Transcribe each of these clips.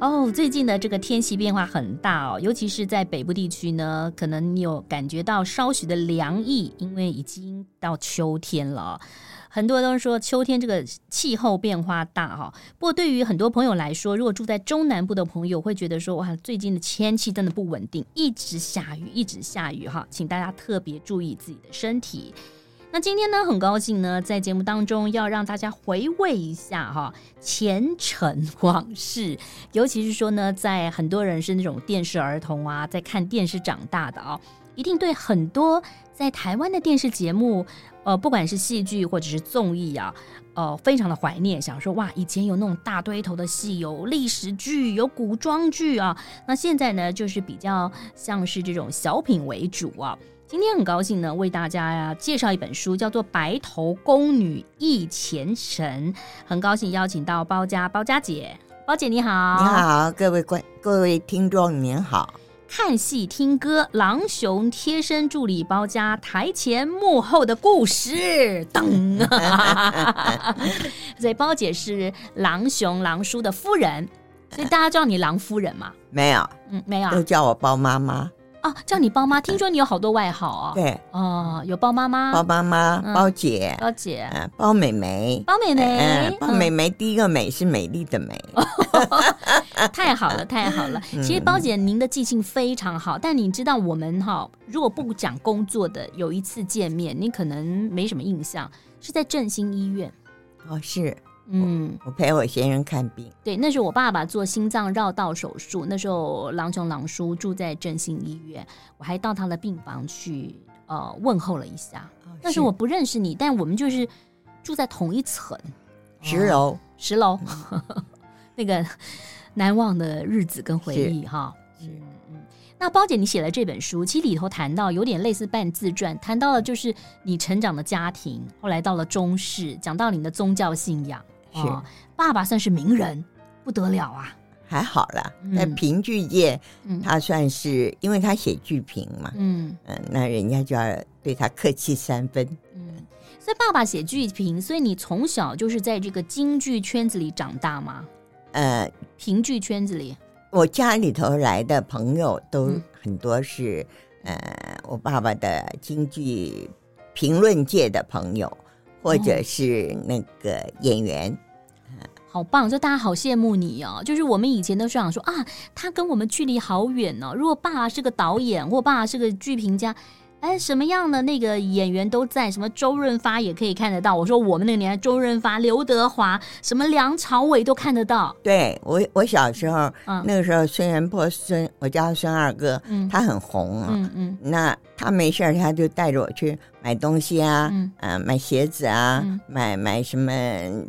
哦，最近的这个天气变化很大哦，尤其是在北部地区呢，可能你有感觉到稍许的凉意，因为已经到秋天了哦。很多人都说秋天这个气候变化大哈、不过对于很多朋友来说，如果住在中南部的朋友会觉得说，哇，最近的天气真的不稳定，一直下雨，一直下雨哈，请大家特别注意自己的身体。那今天呢，很高兴呢，在节目当中要让大家回味一下哈前尘往事，尤其是说呢，在很多人是那种电视儿童啊，在看电视长大的哦，一定对很多在台湾的电视节目，呃，不管是戏剧或者是综艺啊，呃，非常的怀念，想说哇，以前有那种大堆头的戏，有历史剧，有古装剧啊，那现在呢，就是比较像是这种小品为主啊。今天很高兴呢，为大家呀介绍一本书，叫做《白头宫女忆前尘》。很高兴邀请到包家包家姐，包姐你好，你，好，各位观各位听众，您好。看戏听歌，狼熊贴身助理包家台前幕后的故事，噔。 所以包姐是狼熊狼叔的夫人，所以大家叫你狼夫人嘛？没有，嗯，没有啊都叫我包妈妈。哦，叫你包妈。听说你有好多外号哦，对，哦，有包妈妈、包妈妈、嗯包姐、包姐、嗯，包美眉。包美眉哦嗯，， 包美眉，第一个美是美丽的美。嗯 太好了，太好了。其实包姐您的记性非常好，但你知道我们哈，如果不讲工作的，有一次见面，你可能没什么印象，是在振兴医院。哦，是嗯，我陪我先生看病。对，那时候我爸爸做心脏绕道手术，那时候郎琼郎叔住在振兴医院，我还到他的病房去呃问候了一下。哦但是我不认识你，但我们就是住在同一层十楼十楼，嗯 那个难忘的日子跟回忆哈。是嗯嗯。那包姐，你写了这本书，其实里头谈到有点类似半自传，谈到了就是你成长的家庭，后来到了中式，讲到你的宗教信仰。是哦爸爸算是名人，不得了啊！还好啦，嗯在评剧界嗯，他算是因为他写剧评嘛，嗯嗯，那人家就要对他客气三分。嗯。所以爸爸写剧评，所以你从小就是在这个京剧圈子里长大吗？呃，评剧圈子里，我家里头来的朋友都嗯很多是，呃，我爸爸的京剧评论界的朋友，或哦者是那个演员。好棒！就大家好羡慕你哦。就是我们以前都是想说啊，他跟我们距离好远哦。如果爸是个导演，或爸是个剧评家，哎，什么样的那个演员都在，什么周润发也可以看得到。我说我们那个年代，周润发、刘德华，什么梁朝伟都看得到。对我，我小时候、嗯那个时候，孙元坡孙，我叫他孙二哥，嗯他很红啊。嗯嗯那他没事儿，他就带着我去买东西啊，嗯呃，买鞋子啊，嗯买买什么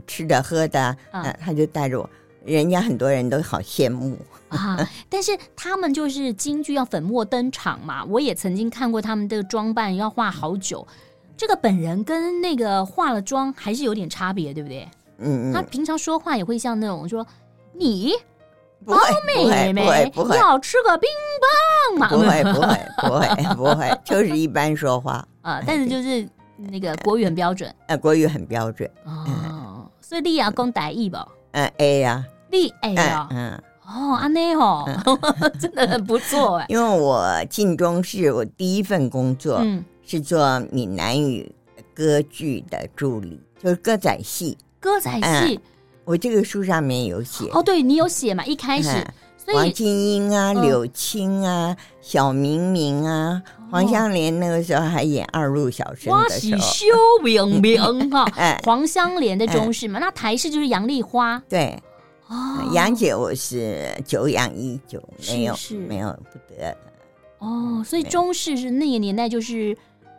吃的喝的啊，啊那他就带着我。人家很多人都好羡慕，啊，但是他们就是京剧要粉墨登场嘛。我也曾经看过他们的装扮，要画好久。这个本人跟那个化了妆还是有点差别，对不对？嗯他嗯，平常说话也会像那种说你不会不妹会不会妹不会，要吃个冰棒嘛？啊不会，不会，不会， 不会，就是一般说话。啊，但是就是那个国语很标准呃，国语很标准，哦，所以你也讲台语吧，嗯，A 呀、你哎嗯呀，嗯，哦，安内哦， 真的很不错 哎，因为我进中视，我第一份工作嗯，是做闽南语歌剧的助理，就是歌仔戏。歌仔嗯戏我这个书上面有写，哦，对你有写嘛？一开始，嗯所王以金英啊、嗯柳青啊、小明明啊、黄香莲，那个时候还演二路小生我的时哦是候，，修明明哈 哎，黄香莲的中式嘛，那台式就是杨丽花对，哦，嗯杨姐我是久仰已久，没有是是没有不得。哦，所以对中式是那个年代就是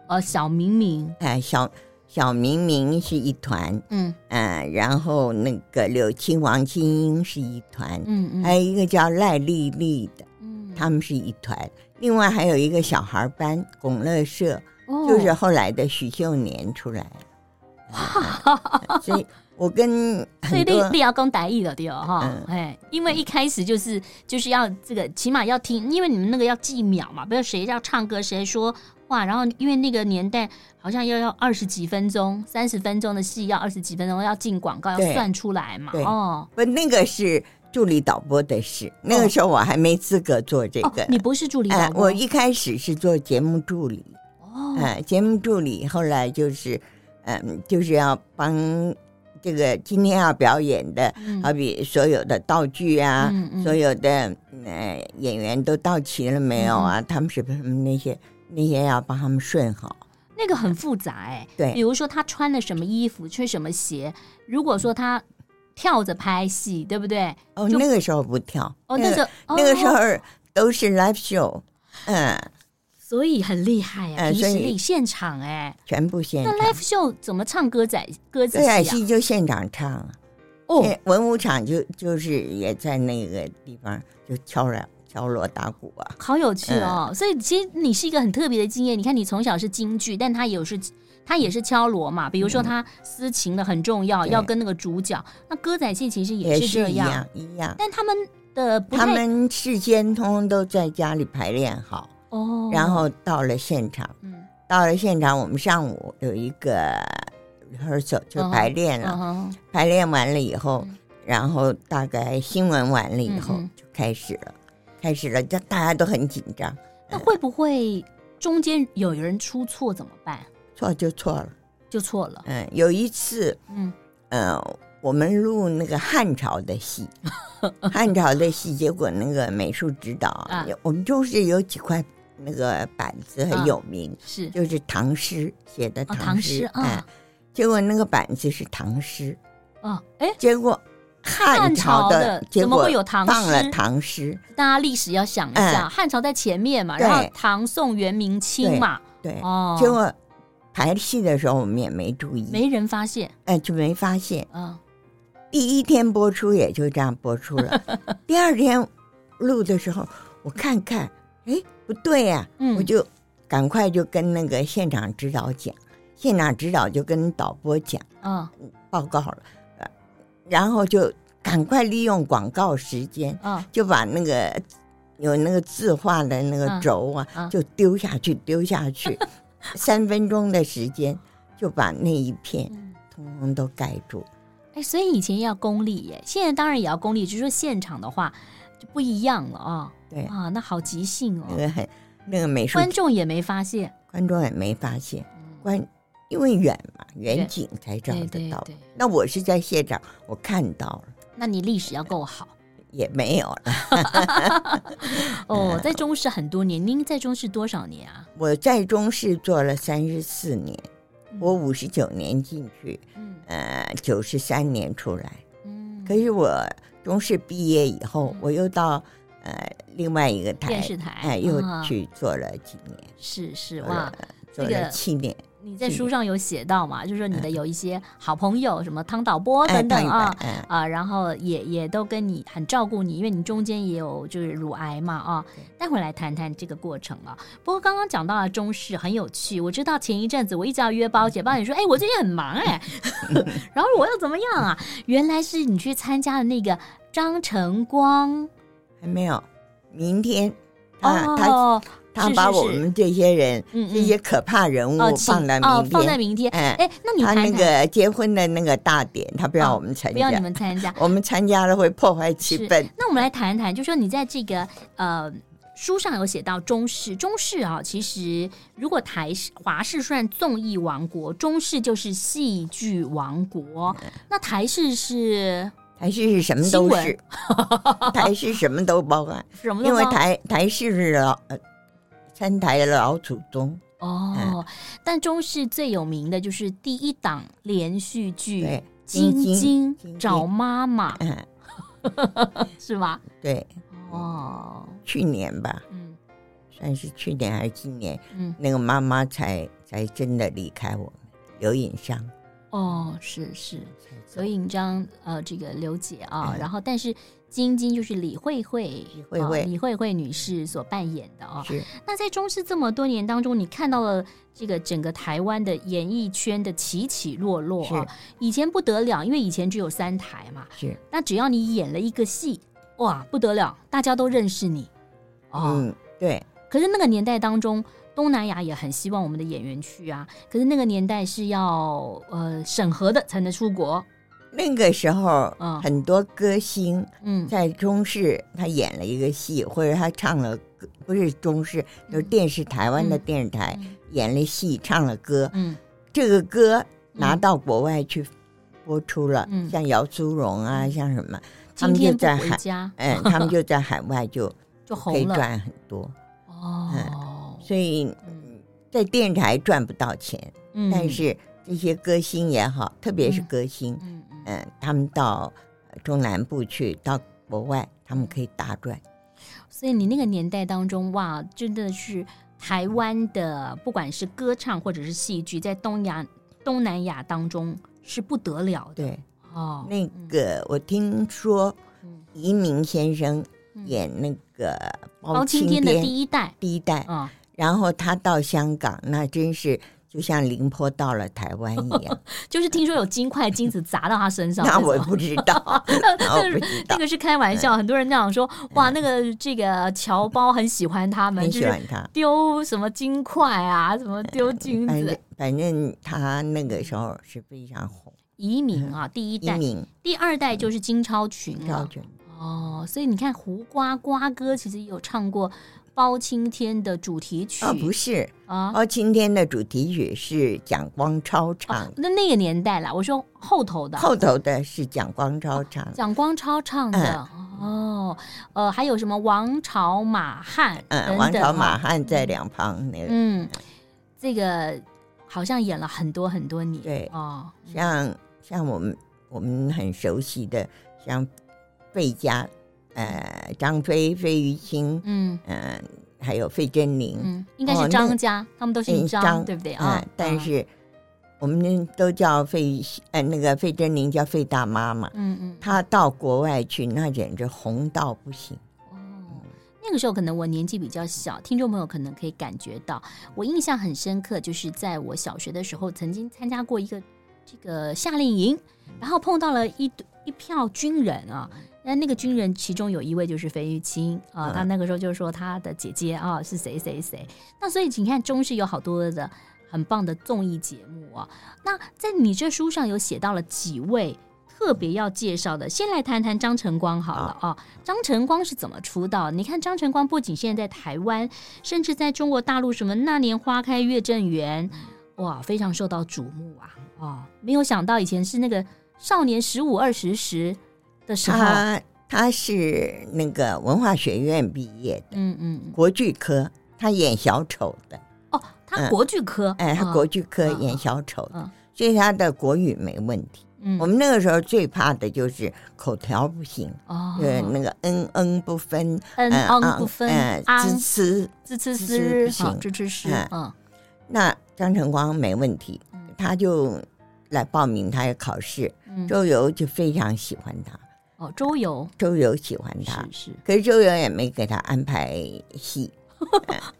呃小明明，哎，小小明明是一团，嗯嗯、然后那个柳青、王清英是一团，嗯嗯，哎还有一个叫赖丽丽的，嗯他们是一团。另外还有一个小孩班拱乐社，哦就是后来的许秀年出来了，所以我跟 所以很你多你要讲台语了对哦哈嗯，哎、因为一开始就是就是要这个，起码要听，因为你们那个要记秒嘛，不要谁要唱歌谁说话，然后因为那个年代好像要要二十几分钟、三十分钟的戏要二十几分钟，要进广告要对算出来嘛，对哦。不那个是助理导播的事，那哦个时候我还没资格做这哦个，。你不是助理哎、导播、我一开始是做节目助理，哦，哎、节目助理后来就是，嗯，就是要帮这个今天要表演的，嗯好比所有的道具啊，嗯嗯所有的呃演员都到齐了没有嗯啊？他们是不是那些那些要帮他们顺好？那个很复杂哎、对比如说他穿了什么衣服，穿什么鞋，如果说他跳着拍戏，对不对？哦，就那个时候不跳，哦，那个个哦呃那个时候都是 live show，嗯，所以很厉害啊，呃凭所实以力现场哎、全部现那场。 live show 怎么唱歌仔歌仔歌仔戏啊？戏就现场唱啊，哦，现文武场就就是也在那个地方就敲锣敲锣打鼓啊。好有趣哦！所以其实你是一个很特别的经验。你看，你从小是京剧，但他有是，他也是敲锣嘛。比如说，他私情的很重要，嗯对要跟那个主角。那歌仔戏其实也是这一样，样一样。但他们的不他太们事先通通都在家里排练好，哦，然后到了现场，嗯到了现场，我们上午有一个 rehearsal 就嗯哼排练了，嗯哼排练完了以后，然后大概新闻完了以后、嗯嗯就开始了，开始了，这大家都很紧张，那会不会中间有人出错怎么办？错就错了。就错了，嗯，有一次，嗯，呃，我们录那个汉朝 的戏，汉朝的戏，结果那个美术指导，啊我们中是有几块那个板子啊很有名，是就是唐诗写的哦唐诗，诗啊哎结果那个板子是唐诗，哦，哎，结果汉朝汉朝的结怎么果会有唐诗放了嗯唐诗，大家历史要想一下，汉朝在前面嘛，对然后唐、宋、元、明清嘛，对，哦，结果排戏的时候我们也没注意，没人发现，哎，就没发现。嗯，第一天播出也就这样播出 了，第二天录的时候，我看看，哎，不对呀、嗯我就赶快就跟那个现场指导讲，现场指导就跟导播讲嗯报告了，呃然后就赶快利用广告时间，嗯，就把那个有那个字画的那个嗯轴啊，嗯就丢下去，丢下 去，三分钟的时间就把那一片嗯通通都盖住。哎，所以以前要功力耶，现在当然也要功力，只是说现场的话就不一样了啊、对，啊，那好即兴那哦，个很那个美术观众也没发现，观众也没发现，观因为远嘛，远景才照嗯对得对到。对，那我是在现场，我看到了，那你历史要够好。也没有了。哦，嗯在中视很多年，您在中视多少年啊？我在中视做了三十四年，嗯我五十九年进去，嗯呃，九十三年出来。嗯，可是我中视毕业以后，我又到呃另外一个台电视台哎、又啊去呃做了几年，是是做哇了，做这了个七年。你在书上有写到嘛，就是说你的有一些好朋友，什么汤导播嗯哎等等唐啊一白哎啊，然后也也都跟你很照顾你，因为你中间也有就是乳癌嘛啊。待会儿来谈谈这个过程啊。不过刚刚讲到了中式很有趣，我知道前一阵子我一直要约包姐，包姐说：“哎，我最近很忙 哎、然后我又怎么样啊？”原来是你去参加了那个张晨光还没有，明天啊，他哦，他是把是我是们这些人、嗯嗯这些可怕人物哦，请放在哦明放在天，明天。哎哎，那你他谈那谈个结婚的那个大典，他不让哦我们参不要加，你们参加。我们参加了会破坏气是氛。那我们来谈一谈，就说你在这个呃书上有写到中式，中式啊，其实如果台式、华式算综艺王国，中式就是戏剧王国，嗯那台式是台式是什么新都闻是， 台式什么都包含，什么都因为包台台式是老呃三台老祖宗，嗯哦，但中式最有名的就是第一档连续剧《对，晶晶晶晶找妈妈》，嗯，是吧？对，哦，去年吧，嗯算是去年还是今年，嗯，那个妈妈才才真的离开我们，刘颖商哦，是是。才走，所以你这样呃，这个刘姐啊，嗯然后但是晶晶就是李慧慧，慧慧哦李慧慧女士所扮演的哦。是那在中视这么多年当中，你看到了这个整个台湾的演艺圈的起起落落啊、是以前不得了，因为以前只有三台嘛，是，那只要你演了一个戏，哇，不得了，大家都认识你哦。嗯，对，可是那个年代当中，东南亚也很希望我们的演员去啊。可是那个年代是要呃审核的才能出国，那个时候嗯很多歌星嗯，在中视，他演了一个戏，或者他唱了歌，不是中视，就是电视台湾的嗯电视台嗯演了戏，唱了歌，嗯这个歌拿嗯到国外去播出了，嗯像姚苏荣啊，嗯像什么，今他们就天不在回海， 家嗯，他们就在海外就 就可以红了赚很多，哦。所以嗯在电视台赚不到钱，嗯但是这些歌星也好，特别是嗯歌星，嗯嗯嗯，他们到呃中南部去，到国外，他们可以大赚。所以你那个年代当中，哇，真的是台湾的，不管是歌唱或者是戏剧，在东亚、东南亚当中是不得了的对，哦。那个我听说嗯移民先生嗯演那个包包青青天天的第一代，第一代，啊，然后他到香港，那真是就像凌波到了台湾一 样。就是听说有金块金子砸到他身上， 那这种我不知 道，那我不知那道，个是开玩笑，很多人那样说，哇，那个这个侨胞很喜欢他们，嗯很就喜是欢他。丢什么金块啊，什么丢金反正子，反正他那个时候是非常红，移民啊，第一嗯移代，民嗯第二代就是金超群赵了。俊哦，所以你看胡瓜瓜哥其实也有唱过《包青天》的主题曲哦，不是，啊哦，今天的主题曲是蒋光超唱的，那那个年代啦，我说后头的啊后头的是蒋光超唱的。蒋光超唱的、嗯哦，呃，还有什么王朝马汉等等、啊嗯，王朝马汉，汉在两旁那个，嗯，这个好像演了很多很多年，对哦，像像我们我们很熟悉的，像费家，呃，张飞、费玉清，嗯嗯，还有费贞绫，嗯，应该是哦那张家，他们都姓嗯张，张对不对啊啊？，但啊，是我们都叫费玉清，呃，那个费贞绫叫费大妈嘛。嗯嗯，她到国外去，那简直红到不行。哦，那个时候可能我年纪比较小，听众朋友可能可以感觉到，我印象很深刻，就是在我小学的时候，曾经参加过一个这个夏令营，然后碰到了一一票军人啊。那那个军人其中有一位就是费玉清啊，嗯他那个时候就说他的姐姐啊是谁谁谁。那所以你看中视有好多的很棒的综艺节目啊。那在你这书上有写到了几位特别要介绍的，先来谈谈张晨光好了啊。张晨光是怎么出道？你看张晨光不仅现在在台湾，甚至在中国大陆，什么那年花开月正圆，哇，非常受到瞩目啊！哦，没有想到以前是那个少年十五二十时的时候，她她是那个文化学院毕业的，嗯嗯嗯，国剧科，他演小丑的，哦，他国剧科，哎，他啊国，剧科嗯嗯演小丑的，嗯所以他的国语没问题。嗯，我们那个时候最怕的就是口条不行，哦，对，那个嗯嗯不分，嗯昂不分啊嗯，昂吱呲。滋滋滋滋滋，不行好，吱吱是，嗯那张晨光没问题嗯，他就来报名，他要考试。嗯，周游就非常喜欢他，哦，周游周游喜欢他，是是，可是周游也没给他安排戏。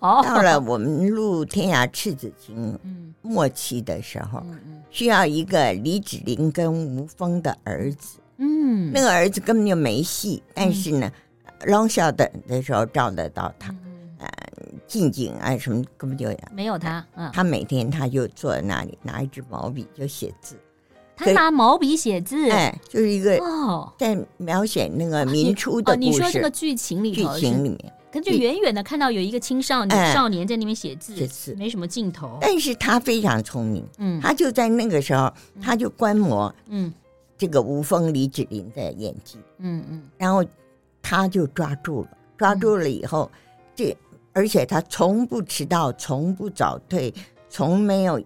哦，到了我们录《天涯赤子情》嗯，末期的时候，嗯嗯需要一个李芷玲跟吴峰的儿子，嗯，那个儿子根本就没戏，但是呢、l o n g shot 的时候照得到他，嗯嗯近景啊什么根本就没有他，嗯，他每天他就坐在那里拿一支毛笔就写字，他可以拿毛笔写字，哎，就是一个哦。在描写那个民初哦，的你故说这事、个剧情里剧头情是，里面，可就远远的看到有一个青少年哎少年在那边写字，写字没什么镜头。但是他非常聪明，嗯他就在那个时候他就观摩嗯这个吴峰、李芷玲的演技，嗯嗯然后他就抓住了，抓住了以后，这而且他从不迟到，从不早退，从没有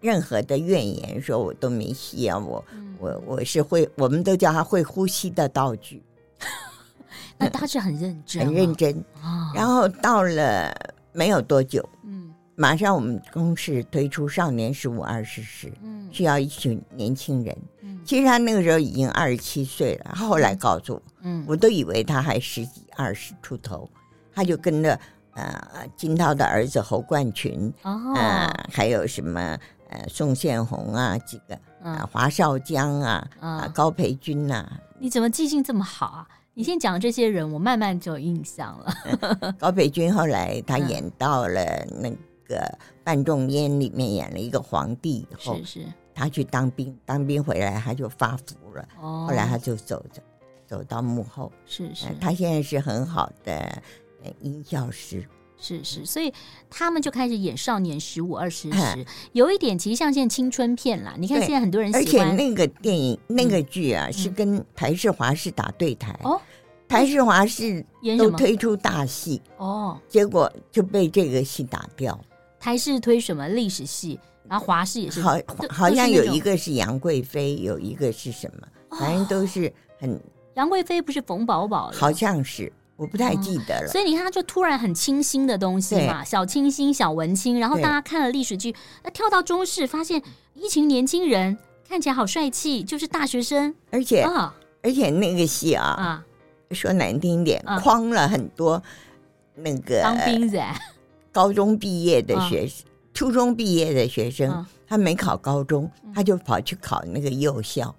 任何的怨言，说我都没戏啊，我嗯，我我是会，我们都叫他会呼吸的道具，那他是很认真啊，很认真。啊。然后到了没有多久，嗯马上我们公司推出少年十五二十时，嗯需要一群年轻人，嗯，其实他那个时候已经二十七岁了，他后来告诉我，嗯我都以为他还十几二十出头，他就跟着呃金涛的儿子侯冠群哦啊、呃还有什么呃宋宪宏啊几个啊嗯华少江啊啊嗯，高培军呐、你怎么记性这么好啊？你先讲这些人，我慢慢就有印象 了。高培军后来他嗯演到了那个《半仲淹》里面演了一个皇帝以后是，是他去当兵，当兵回来他就发福了，哦，后来他就走着走到幕后。是是呃他现在是很好的呃音效师，是是，所以他们就开始演少年十五、二十时，有一点其实像现在青春片啦。你看嗯对现在很多人而喜且欢那个电影那个剧啊，是嗯跟台视、华视打对台。哦，台视、华视演什都么？推出大戏，哦，结果就被这个戏打掉。台视推什么历史戏，然后华视也是，嗯好都，好像有都是一。那种哦个是杨贵妃，有一个是什么，反正都是很，杨贵妃不是冯宝宝的吗哦好像是，我不太记得了。所以你看，他就突然很清新的东西嘛，小清新、小文青，然后大对家看了历史剧，那跳到中式，发现一群年轻人看起来好帅气，就是大学生而且啊而且那个戏啊，啊，说难听一点，啊框了很多那当个兵子 哎，高中毕业的学嗯生。初中毕业的学生，啊他没考高中，嗯他就跑去考那个幼校。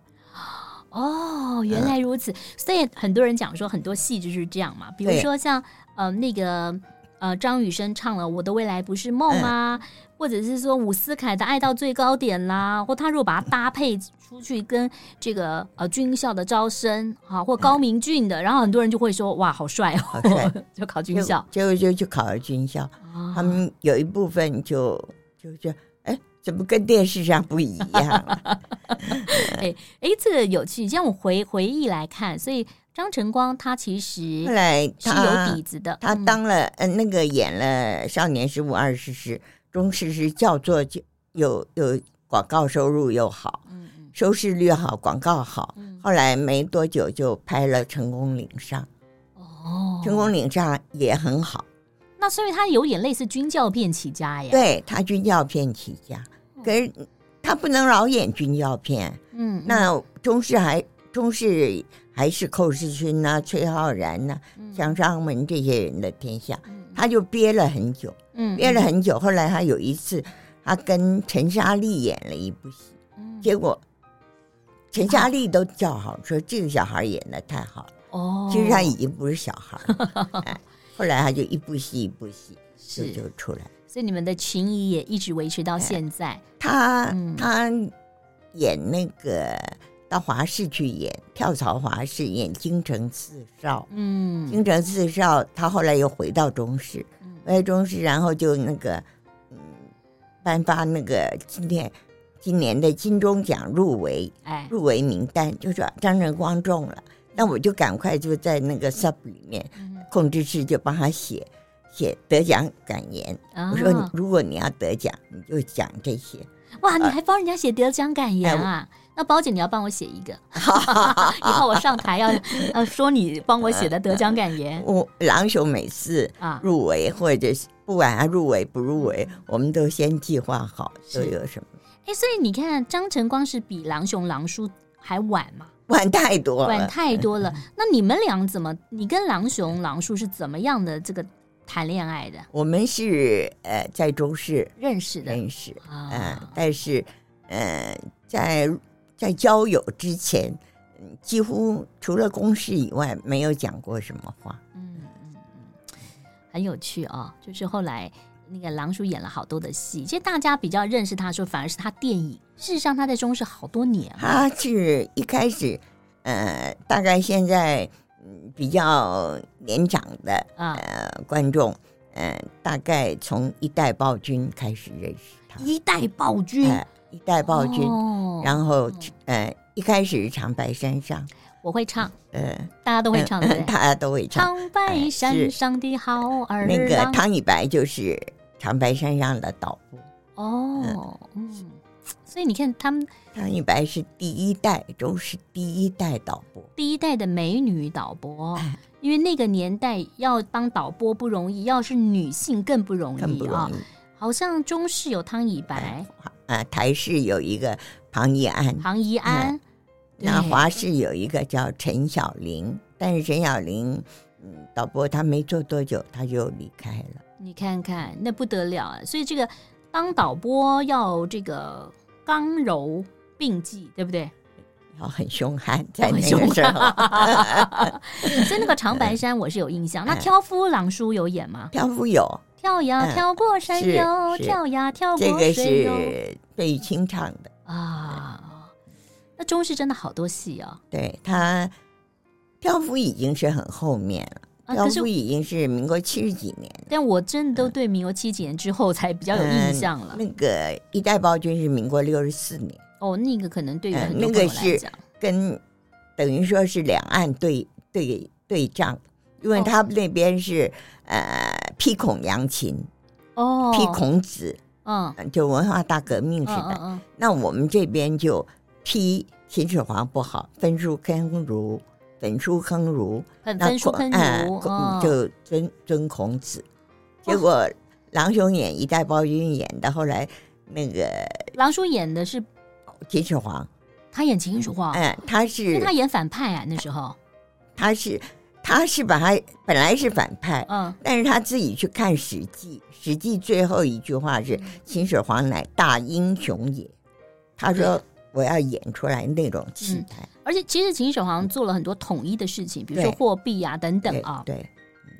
哦，原嗯来如此。所以很多人讲说，很多戏就是这样嘛，比如对说像呃那个呃张雨生唱了《我的未来不是梦》啊，嗯或者是说伍思凯的《爱到最高点》啦，或他如果把它搭配出去跟这个呃军校的招生啊，或高明俊的，然后很多人就会说哇，好帅哦，嗯好帅 就考军校。结果就去考了军校。他啊，们有一部分就就觉得，哎，怎么跟电视上不一样 了？哎，这个有趣，这样我回回忆来看，所以张晨光他其实后来是他有底子的，他嗯当了呃那个演了《少年十五二十时》，中时时叫做就有有广告收入又好，嗯嗯收视率好，广告好。嗯后来没多久就拍了《成功岭上哦》，， 《成功岭上》也很好。那所以他有点类似军教片嗯起家耶。，对他军教片起家，可是他不能老演军教片。嗯，那中视还中视还是寇世勋呐、崔浩然呐、嗯像张文这些人的天下，嗯他就憋了很久。嗯憋了很久。后来他有一次，他跟陈莎莉演了一部戏，嗯结果陈莎莉都叫好，说这个小孩演的太好了。哦，，其实他已经不是小孩了。哎后来他就一部戏一部戏就是就出来。所以你们的情谊也一直维持到哎现在。他、嗯他演那个到华视去演，跳槽华视演京城四少。嗯京城四少，他后来又回到中视，嗯回到中视，然后就那个，嗯，颁发那个今天今年的金钟奖入围哎，入围名单，就说张晨光中了，那我就赶快就在那个 sub 里面嗯控制室就帮他写写得奖感言。啊我说你，啊如果你要得奖，你就讲这些。哇，你还帮人家写得奖感言啊？哎那包姐，你要帮我写一 个， 以后我上台要要说你帮我写的得奖感 言我郎雄每次啊。入围或者是不管他入围不入围，嗯我们都先计划好是都有什么，哎，所以你看，张晨光是比郎雄、郎叔还晚嘛？管太多管了。嗯太多了。那你们俩怎么？你跟郎雄、郎叔是怎么样的这个谈恋爱的、我们是呃在中视认识的认识，嗯、啊？但是呃在在交友之前，嗯几乎除了公事以外，没有讲过什么话。嗯嗯嗯，很有趣哦。就是后来那个郎叔演了好多的戏，其实大家比较认识他的时候，反而是他电影。事实上，他在中视好多年 了。他是一开始，呃，大概现在嗯比较年长的啊，呃观众，呃，大概从一代暴君开始认识他，一代暴君，呃、一代暴君，哦然后呃一开始是长白山上，我会唱，呃，大家都会唱，对 不对？大家都会唱。哎长白山上的好儿啊那个郎，汤以白就是长白山上的导播，哦，嗯，所以你看他们汤以白是第一代，都是第一代导播。第一代的美女导播哎，因为那个年代要当导播不容易，要是女性更不容更不易啊容。易哎好像中视有汤以白、啊！台视有一个庞一安，庞怡安，那对华视有一个叫陈小玲，但是陈小玲，嗯，导播她没做多久，她就离开了。你看看，那不得了啊！所以这个当导播要这个刚柔并济，对不 对？要很凶悍，在很那凶个时候，呃所以那个长白山我是有印象。那哎挑夫郎叔有演吗？漂浮 有跳呀嗯跳过山是哟，是跳呀跳这过个水哟是费玉清唱的，啊。那中视真的好多戏哦，对他漂浮已经是很后面了，啊，漂可是浮已经是民国七十几年了，但我真的都对民国七几年之后才比较有印象了嗯。那个一代暴君是民国六十四年，哦，那个可能对于嗯很多那朋个友来是讲，跟等于说是两岸对对对仗，因为哦他那边是、呃批孔扬琴、哦，批孔子，嗯，嗯就文化大革命嗯时代嗯。嗯，那我们这边就批秦始皇不好，焚书坑儒，焚书坑儒，很那嗯分书孔分哎儒，孔嗯就尊尊孔子。结哦果郎雄演一代暴君演的，后来那个郎叔演的是秦始皇，他演秦始皇，哎、他哦因为是他演反派啊，那时候，他是他是把他本来是反派，嗯，但是他自己去看《史记》，《史记》最后一句话嗯是“秦始皇乃大英雄也”，他说我要演出来那种气嗯派。而且其实秦始皇做了很多统一的事情，比如说对货币啊等等对啊。对，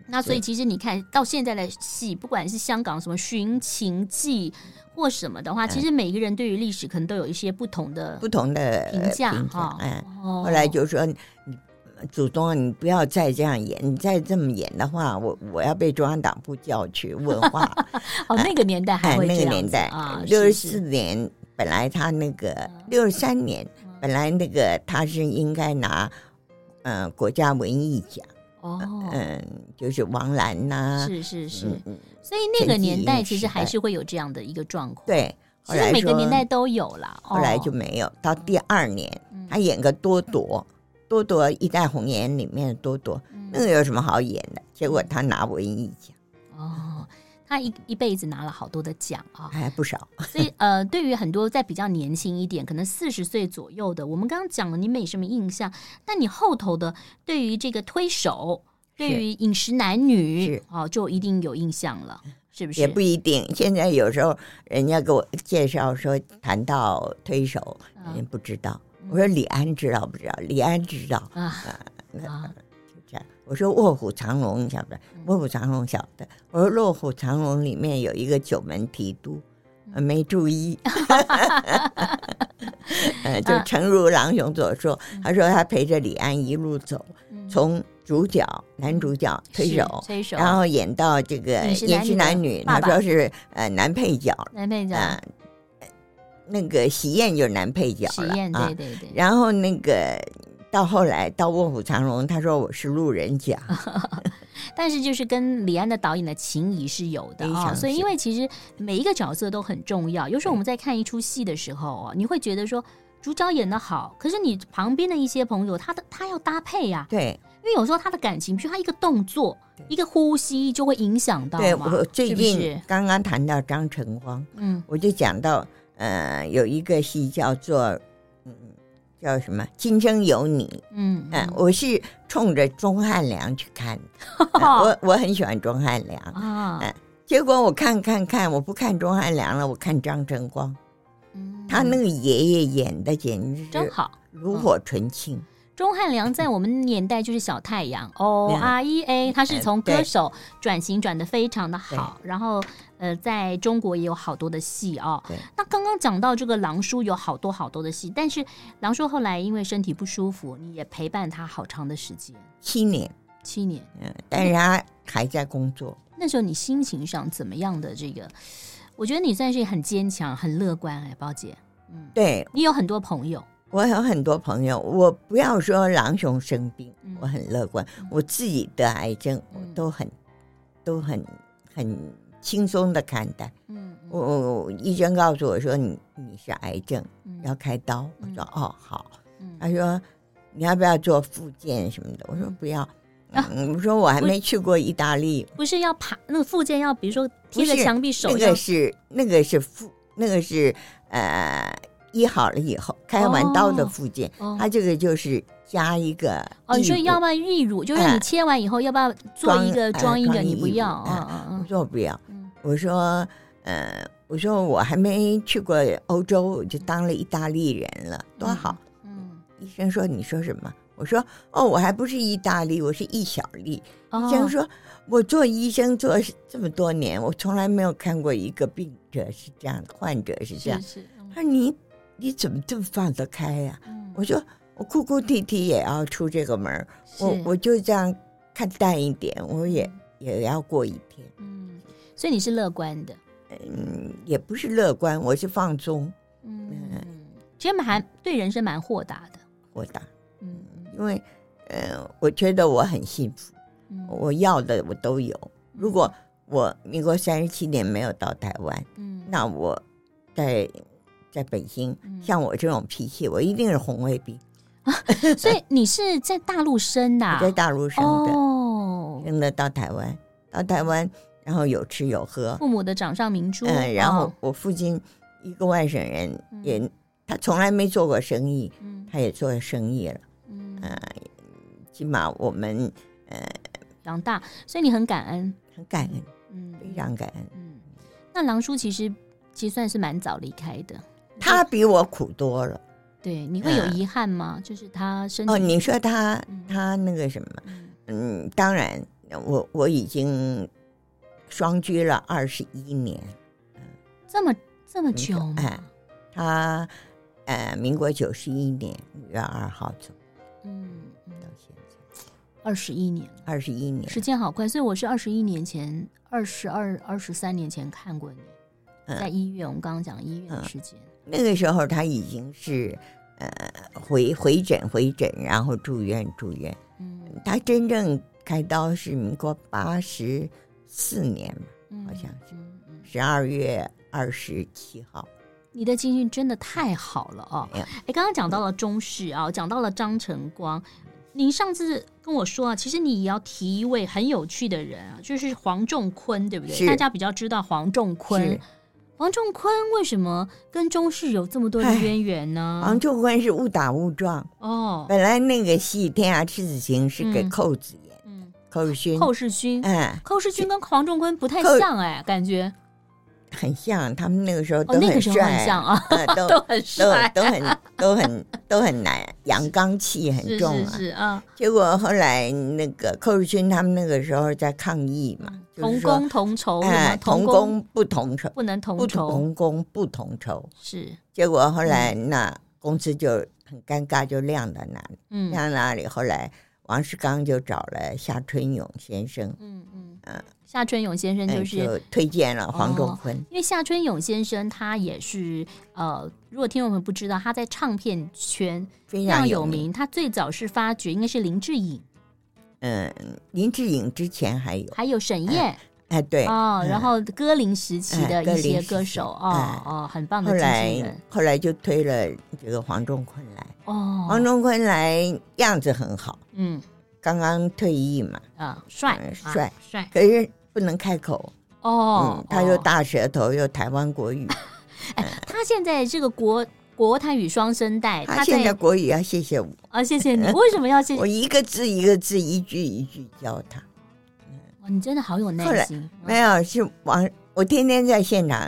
那所以其实你看到现在的戏，不管是香港什么《寻秦记》或什么的话，其实每一个人对于历史可能都有一些不同的嗯不同的评价评哈。哎，哦后来就说你祖宗啊，你不要再这样演，你再这么演的话，我我要被中央党部叫去问 话。哦，那个年代还哎，会那这个样年子代啊，，六十是四是年本来他那个六十三年嗯本来那个他是应该拿。嗯，国家文艺奖，哦，嗯，就是王兰呐、是是是，嗯嗯，所以那个前几年代年其实时还代是会有这样的一个状况。，对。后其实来每个说年代都有啦。后来哦就没有。到第二年嗯，他演个多铎，多铎《一代红颜》里面的多铎，嗯那个有什么好演的？结果他拿文艺奖，哦，他一一辈子拿了好多的奖 啊，还哎不少。所以呃，对于很多在比较年轻一点，可能四十岁左右的，我们刚刚讲了，你没什么印象，那你后头的对于这个推手，对于饮食男女是，哦，就一定有印象了，是不是？也不一定。现在有时候人家给我介绍说谈到推手，嗯人家不知道。我说李安知道不知道？李安知道，啊那啊，就这样。我说《卧虎藏龙》晓嗯得，《卧虎藏龙》晓得。我说《卧虎藏龙》里面有一个九门提督，嗯呃没注 意。呃，就嗯诚如郎雄所说，他说他陪着李安一路走，嗯从主角男主角推是手，推手，然后演到这个饮食饮男食女的男女，爸他爸说是呃男配角，男配角，啊，那个喜宴就是男配角实了验，啊对。对对，然后那个到后来到《卧虎藏龙》，他说我是路人甲，啊但是就是跟李安的导演的情谊是有的非啊、常所以因是为其实每一个角色都很重要。有时候我们在看一出戏的时候哦，你会觉得说主角演的好，可是你旁边的一些朋友，他的他要搭配呀、对因为有时候他的感情，比如他一个动作、一个呼吸就会影响到对。嘛我最是不近是刚刚谈到张晨光，嗯我就讲到呃有一个戏叫做嗯叫什么《今生有你》，嗯嗯嗯，我是冲着钟汉良去看的， 嗯我我很喜欢钟汉良。啊，结果我看看看，我不看钟汉良了，我看张晨光，嗯他那个爷爷演的简直真是好。炉火纯青，钟汉良在我们年代就是小太阳哦嗯，R E A，他是从嗯对歌手转型转的非常的好，然后呃，在中国也有好多的戏哦对。那刚刚讲到这个狼叔有好多好多的戏，但是狼叔后来因为身体不舒服，你也陪伴他好长的时间，七年，七年。嗯，但是他还在工作，那时候你心情上怎么样的？这个，我觉得你算是很坚强、很乐观哎，包姐，对你有很多朋友，我有很多朋友，我不要说狼熊生病嗯，我很乐观，我自己得癌症，我嗯都很都很很轻松的看待。嗯我我我医生告诉我说你你是癌症，嗯要开刀，我说嗯哦好，嗯他说你要不要做复健什么的，我说不要，啊嗯，我说我还没去过意大利，不是要爬那个附件要，比如说贴不着是墙壁手那上个是那个是复那个是呃医好了以后，开完刀的哦附件，哦它这个就是加一个哦，你说异要物不然义乳，就是你哎切完以后，要不要做装一个哎装一个？装你义不乳要哎啊啊做不了嗯。我说，呃，我说我还没去过欧洲，我就当了意大利人了，多好！嗯，医生说你说什么？我说哦，我还不是意大利，我是一小利。哦医生嗯说，我做医生做这么多年，我从来没有看过一个病者是这样，患者是这样是。是，嗯他说你你怎么这么放得开呀、嗯我说我哭哭啼啼也要出这个门儿，我是我就这样看淡一点，我也也要过一天。嗯，所以你是乐观的，嗯，也不是乐观，我是放松哎嗯，其实蛮对人生蛮豁达的，豁达，嗯因为呃，我觉得我很幸福，嗯，我要的我都有。如果我民国三十七年没有到台湾，嗯那我在在北京嗯，像我这种脾气，我一定是红卫兵。所以你是在大陆生的啊，我在大陆生的，哦，生的到台湾，到台湾，然后有吃有喝，父母的掌上明珠，嗯，然后哦我父亲一个外省人，嗯也他从来没做过生意，嗯他也做生意了，嗯，起码我们长大，所以你很感恩，很感恩，嗯，非常感恩。嗯，那狼叔其实其实算是蛮早离开的，他比我苦多了。对，你会有嗯遗憾吗？就是他身体哦，你说他嗯他那个什么，嗯嗯，当然，我我已经双居了二十一年，这么这么久吗，哎他呃，民国九十一年五月二号走嗯，到现在，二十一年了，二十一年，时间好快，所以我是二十一年前、二十二、二十三年前看过你，嗯在医院，我们刚刚讲医院的时间，那个时候他已经是呃回回诊回诊，然后住院住院。嗯他真正开刀是民国八十四年嗯好像是、嗯嗯十二月二十七号。你的情绪真的太好了哦。没有哎，刚刚讲到了中式啊，讲到了张晨光，您上次跟我说啊，其实你也要提一位很有趣的人啊，就是黄仲坤，对不对？是大家比较知道黄仲坤是。黄仲坤为什么跟中式有这么多的哎渊源呢？王仲坤是误打误撞，嗯哦，本来那个戏《天涯赤子情》是给嗯寇子演，嗯，寇勋，寇世勋，嗯，寇世勋跟黄仲坤不太寇像哎，感觉很像，他们那个时候哦都那个很时候很帅像啊，啊， 呃都都很都帅，啊都很都很都很难，阳刚气很是重是啊。是啊，结果后来那个寇世勋他们那个时候在抗议嘛，就同是说工嗯同酬，什哎么，同工工不同酬，不能同不酬，同工不同酬。是结果后来那公司就很尴尬，就晾到那里，嗯嗯晾到那里。后来王世刚就找了夏春勇先生，嗯嗯嗯夏春勇先生哎嗯就是哦就推荐了黄仲坤。因为夏春勇先生他也是呃，如果听众们不知道，他在唱片圈非非常常有有。名。他最早是发掘应该是林志颖，嗯，林志颖之前还有，还有沈燕哎，对，哦，嗯然后歌林时期的哎歌一林些时期歌手哦哎哦，很棒的后经纪来人后来就推了这个黄仲坤来。黄哦，仲坤来样子很好，嗯刚刚退役嘛，啊，帅嗯啊帅帅可是不能开口，哦嗯，，他又哦大舌头，又台湾国语，他现在这个国国台语双声带，他哎他现在在嗯国语要谢谢我，啊，谢谢 你，为什么要谢？我一个字一个字，一句一句教他。哇哦你真的好有后耐来心，没有，是王，我天天在现场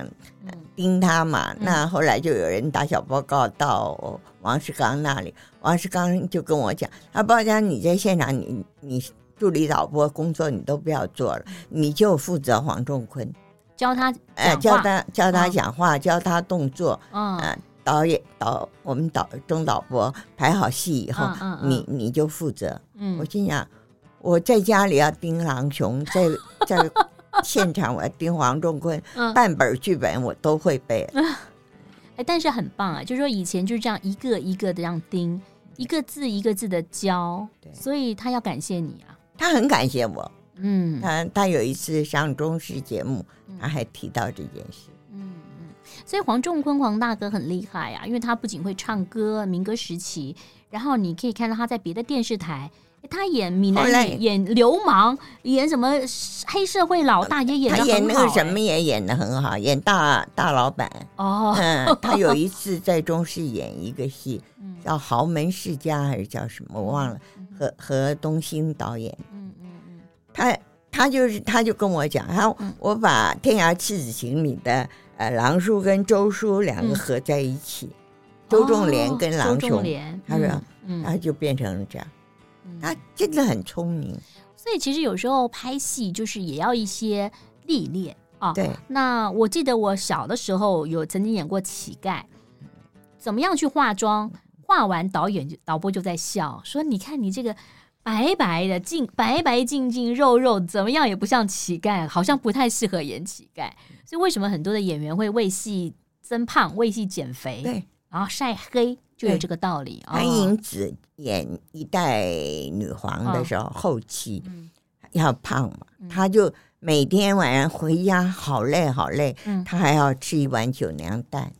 嗯盯他嘛。嗯那后来就有人打小报告到王世刚那里，王世刚就跟我讲，他包家你在现场，你你助理导播工作你都不要做了，你就负责黄仲坤，教他呃，嗯讲教话，他教他嗯讲话，教他动作，嗯呃，导演导我们导中导播排好戏以后，嗯嗯嗯你你就负责。我嗯，心想，我在家里要盯狼熊，在在现场我要盯黄仲坤，嗯半本剧本我都会背。哎，但是很棒啊，就是说以前就是这样一个一个的这样盯，一个字一个字的教，对所以他要感谢你啊，他很感谢我，嗯他他有一次上中视节目，他还提到这件事。嗯嗯，所以黄仲坤黄大哥很厉害啊，因为他不仅会唱歌，民歌时期，然后你可以看到他在别的电视台。哎他演闽南后来语，演流氓，演什么黑社会老大也演他的演很那好、个什哎么也演的很好，演大大老板。哦，嗯，他有一次在中视演一个戏，嗯叫《豪门世家》还是叫什么，我忘了。何何东兴导演，嗯嗯嗯，他他就是他就跟我讲，他嗯我把《天涯赤子情》里的呃狼叔跟周叔两嗯个合在一起，周仲廉跟哦郎周仲雄，廉，他说啊嗯，他就变成了这样。嗯他真的很聪明，所以其实有时候拍戏就是也要一些历练啊。对。那我记得我小的时候有曾经演过乞丐，怎么样去化妆？化完导演就导播就在笑，说你看你这个白白的净白白净净肉肉，怎么样也不像乞丐，好像不太适合演乞丐。所以为什么很多的演员会为戏增胖、为戏减肥，对，然后晒黑，就有对这个道理啊。韩颖子演一代女皇的时候，后期嗯要胖嘛，她就每天晚上回家好累好累，嗯她还要吃一碗九娘蛋。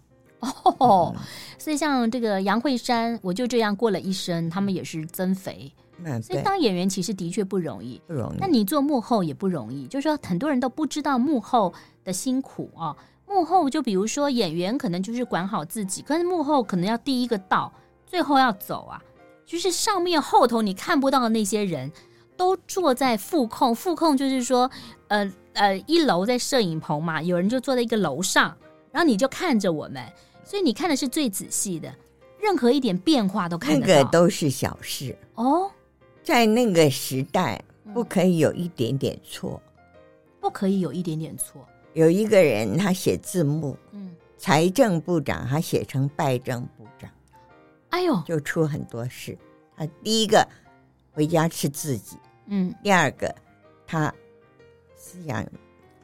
哦，所以像这个杨慧珊，我就这样过了一生，他们也是增肥。嗯，所以对，当演员其实的确不容易。不容易那。你做幕后也不容易，就是说很多人都不知道幕后的辛苦啊。幕后就比如说演员可能就是管好自己，可是幕后可能要第一个到，最后要走啊。就是上面后头你看不到的那些人，都坐在副控，副控就是说，呃呃，一楼在摄影棚嘛，有人就坐在一个楼上，然后你就看着我们，所以你看的是最仔细的，任何一点变化都看那得个到。都是小事，哦，在那个时代嗯不可以有一点点错。不可以有一点点错。有一个人他写字幕，嗯，财政部长他写成拜政部长，哎呦，就出很多事。他第一个回家吃自己，嗯，第二个他思想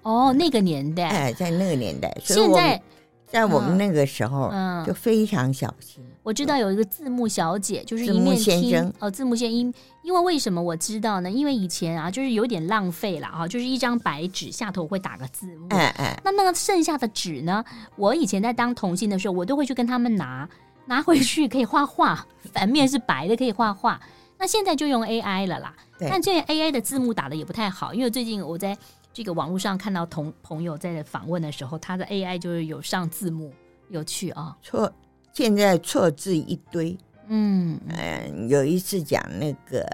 哦，那个年代，哎，在那个年代，所以现我们在在我们那个时候嗯就非常小心。我知道有一个字幕小姐，就是一字幕面先听生哦，字幕先因因为为什么我知道呢？因为以前啊，就是有点浪费了啊，就是一张白纸下头会打个字幕。哎哎，那那个剩下的纸呢？我以前在当童星的时候，我都会去跟他们拿，拿回去可以画画， 反面是白的可以画画。那现在就用 AI 了啦，对但这个 AI 的字幕打的也不太好，因为最近我在这个网络上看到同朋友在访问的时候，他的 AI 就是有上字幕，有趣啊、错，现在错字一堆。嗯嗯，有一次讲那个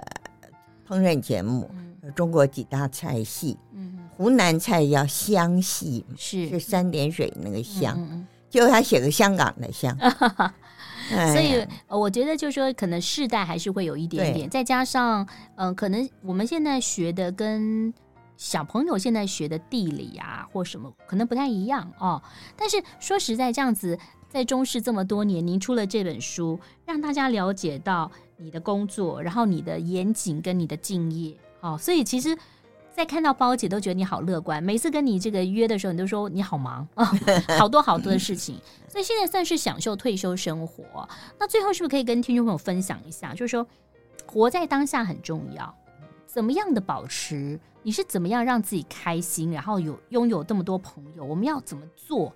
烹饪节目，中国几大菜系，嗯，湖南菜叫湘系，是是三点水那个湘，嗯嗯嗯结果他写个香港的香。哎 所以呀呃我觉得就是说，可能世代还是会有一点对点，再加上嗯、呃可能我们现在学的跟小朋友现在学的地理啊或什么可能不太一样哦。但是说实在，这样子在中视这么多年，您出了这本书，让大家了解到你的工作，然后你的严谨跟你的敬业哦。所以其实。在看到包姐都觉得你好乐观，每次跟你这个约的时候，你都说你好忙啊、好多好多的事情，所以现在算是享受退休生活。那最后是不是可以跟听众朋友分享一下，就是说活在当下很重要，怎么样的保持？你是怎么样让自己开心，然后有拥有这么多朋友？我们要怎么做？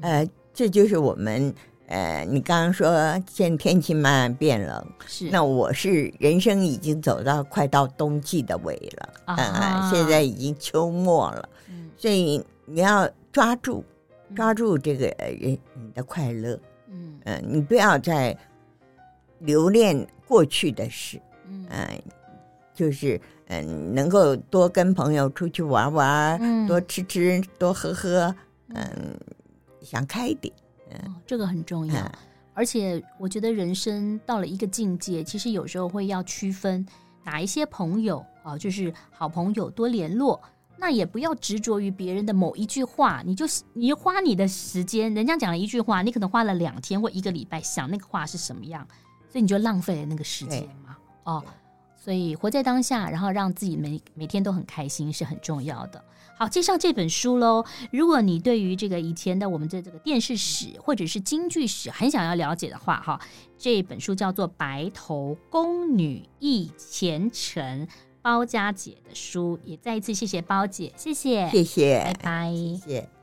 呃，这就是我们呃，你刚刚说现在天气慢慢变冷，是那我是人生已经走到快到冬季的尾了，啊呃现在已经秋末了，嗯所以你要抓住抓住这个呃人你的快乐，嗯嗯、你不要再留恋过去的事，嗯嗯、就是嗯、能够多跟朋友出去玩玩，嗯多吃吃，多喝喝，嗯、想开一点，哦这个很重嗯、要。而且我觉得人生到了一个境界，其实有时候会要区分哪一些朋友啊，就是好朋友多联络。那也不要执着于别人的某一句话，你就你就花你的时间，人家讲了一句话，你可能花了两天或一个礼拜想那个话是什么样，所以你就浪费了那个时间对嘛。哦，所以活在当下，然后让自己每每天都很开心是很重要的。好，介绍这本书喽。如果你对于这个以前的我们的这个电视史或者是京剧史很想要了解的话，哈，这本书叫做《白头宫女忆前程》，包家姐的书。也再一次谢谢包姐，谢谢，谢谢，拜拜。谢谢。